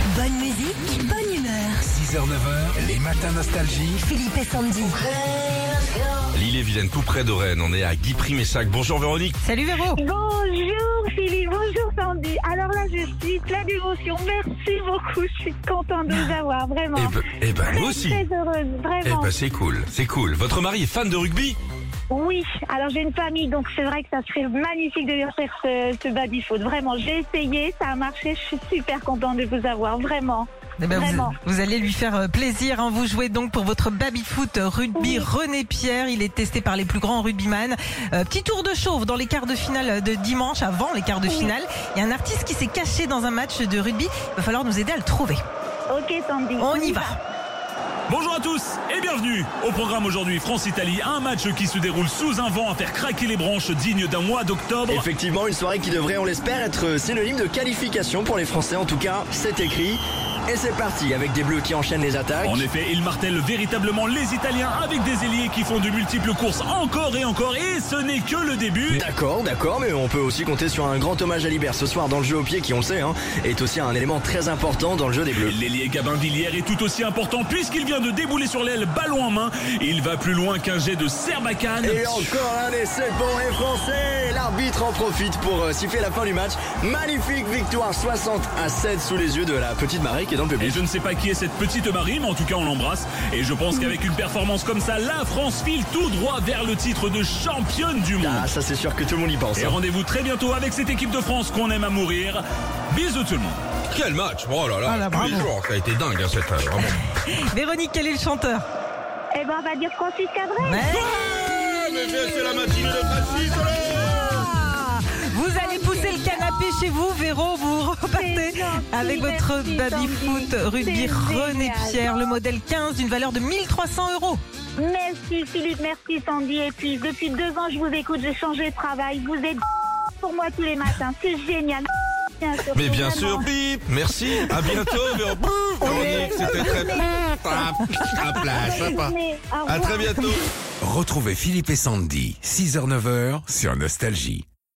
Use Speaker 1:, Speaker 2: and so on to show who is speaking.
Speaker 1: Bonne musique, bonne humeur.
Speaker 2: 6h, 9h, les matins nostalgie.
Speaker 1: Philippe et Sandy.
Speaker 3: Lille et Vilaine, tout près de Rennes. On est à Guipry-Messac. Bonjour Véronique.
Speaker 4: Salut Véro
Speaker 5: Bonjour Philippe, bonjour Sandy. Alors là, je suis plein d'émotion. Merci beaucoup, je suis contente de vous avoir, vraiment.
Speaker 3: Eh ben, eh ben,
Speaker 5: Très,
Speaker 3: moi aussi.
Speaker 5: Très heureuse,
Speaker 3: Eh
Speaker 5: vraiment.
Speaker 3: ben, c'est cool, c'est cool. Votre mari est fan de rugby
Speaker 5: Oui, alors j'ai une famille, donc c'est vrai que ça serait magnifique de lui offrir ce, ce baby-foot. Vraiment, j'ai essayé, ça a marché, je suis super contente de vous avoir, vraiment.
Speaker 4: Eh ben, vous,
Speaker 5: Vraiment.
Speaker 4: vous allez lui faire euh, plaisir. hein. Vous jouez donc pour votre baby-foot
Speaker 5: Oui.
Speaker 4: rugby René Pierre. Il est testé par les plus grands rugbyman. Euh, petit tour de chauve dans les quarts de finale euh, de dimanche, avant les quarts de finale. Il y a un artiste qui s'est caché dans un match de rugby. Il va falloir nous aider à le trouver.
Speaker 5: Ok Sandy.
Speaker 4: On y va
Speaker 6: Bonjour à tous et bienvenue Au programme aujourd'hui France-Italie, un match qui se déroule sous un vent à faire craquer les branches digne d'un mois d'octobre.
Speaker 7: Effectivement, une soirée qui devrait, on l'espère, être synonyme de qualification pour les Français. En tout cas, c'est écrit. Et c'est parti, avec des bleus qui enchaînent les attaques.
Speaker 6: En effet, il martèle véritablement les Italiens avec des ailiers qui font de multiples courses encore et encore et ce n'est que le début.
Speaker 7: D'accord, d'accord, mais on peut aussi compter sur un grand hommage à Libert ce soir dans le jeu au pied qui, on le sait, hein, est aussi un élément très important dans le jeu des bleus.
Speaker 6: L'ailier Gabin Villière est tout aussi important puisqu'il vient de débouler sur l'aile ballon en main. Il va plus loin qu'un jet de Serbacane.
Speaker 7: Et encore un essai pour les Français L'arbitre en profite pour euh, siffler la fin du match. Magnifique victoire 60 à 7 sous les yeux de la petite Marie qui est dans le
Speaker 6: Et
Speaker 7: public.
Speaker 6: je ne sais pas qui est cette petite Marie, mais en tout cas on l'embrasse. Et je pense qu'avec une performance comme ça, la France file tout droit vers le titre de championne du monde.
Speaker 7: Ah, ça c'est sûr que tout le monde y pense.
Speaker 6: Et
Speaker 7: hein.
Speaker 6: rendez-vous très bientôt avec cette équipe de France qu'on aime à mourir. Bisous tout le monde.
Speaker 3: Quel match Oh là là,
Speaker 4: Ah là,
Speaker 3: tous les
Speaker 4: bravo.
Speaker 3: jours, ça a été dingue hein, cette euh, vraiment.
Speaker 4: Véronique, quel est le chanteur
Speaker 5: Eh ben, on va dire Francis Cabrel.
Speaker 4: Ouais.
Speaker 3: c'est la matinée de
Speaker 4: Ah Vous allez pousser le canapé chez vous, Véro, vous repartez
Speaker 5: gentil,
Speaker 4: avec votre
Speaker 5: merci,
Speaker 4: baby-foot
Speaker 5: Sandy.
Speaker 4: rugby
Speaker 5: C'est
Speaker 4: René
Speaker 5: génial.
Speaker 4: Pierre, le modèle 15 d'une valeur de 1300 euros.
Speaker 5: Merci Philippe, merci Sandy. Et puis depuis deux ans, je vous écoute, j'ai changé de travail. Vous êtes pour moi tous les matins, c'est génial. Bien sûr,
Speaker 3: Mais bien sûr,
Speaker 5: vraiment.
Speaker 3: bip, merci, à bientôt Véro- Bouf, Véronique, c'était très Hop là, sympa.
Speaker 5: Mais, au
Speaker 3: À
Speaker 5: revoir.
Speaker 3: très bientôt.
Speaker 2: Retrouvez Philippe et Sandy, 6h, 9h sur Nostalgie.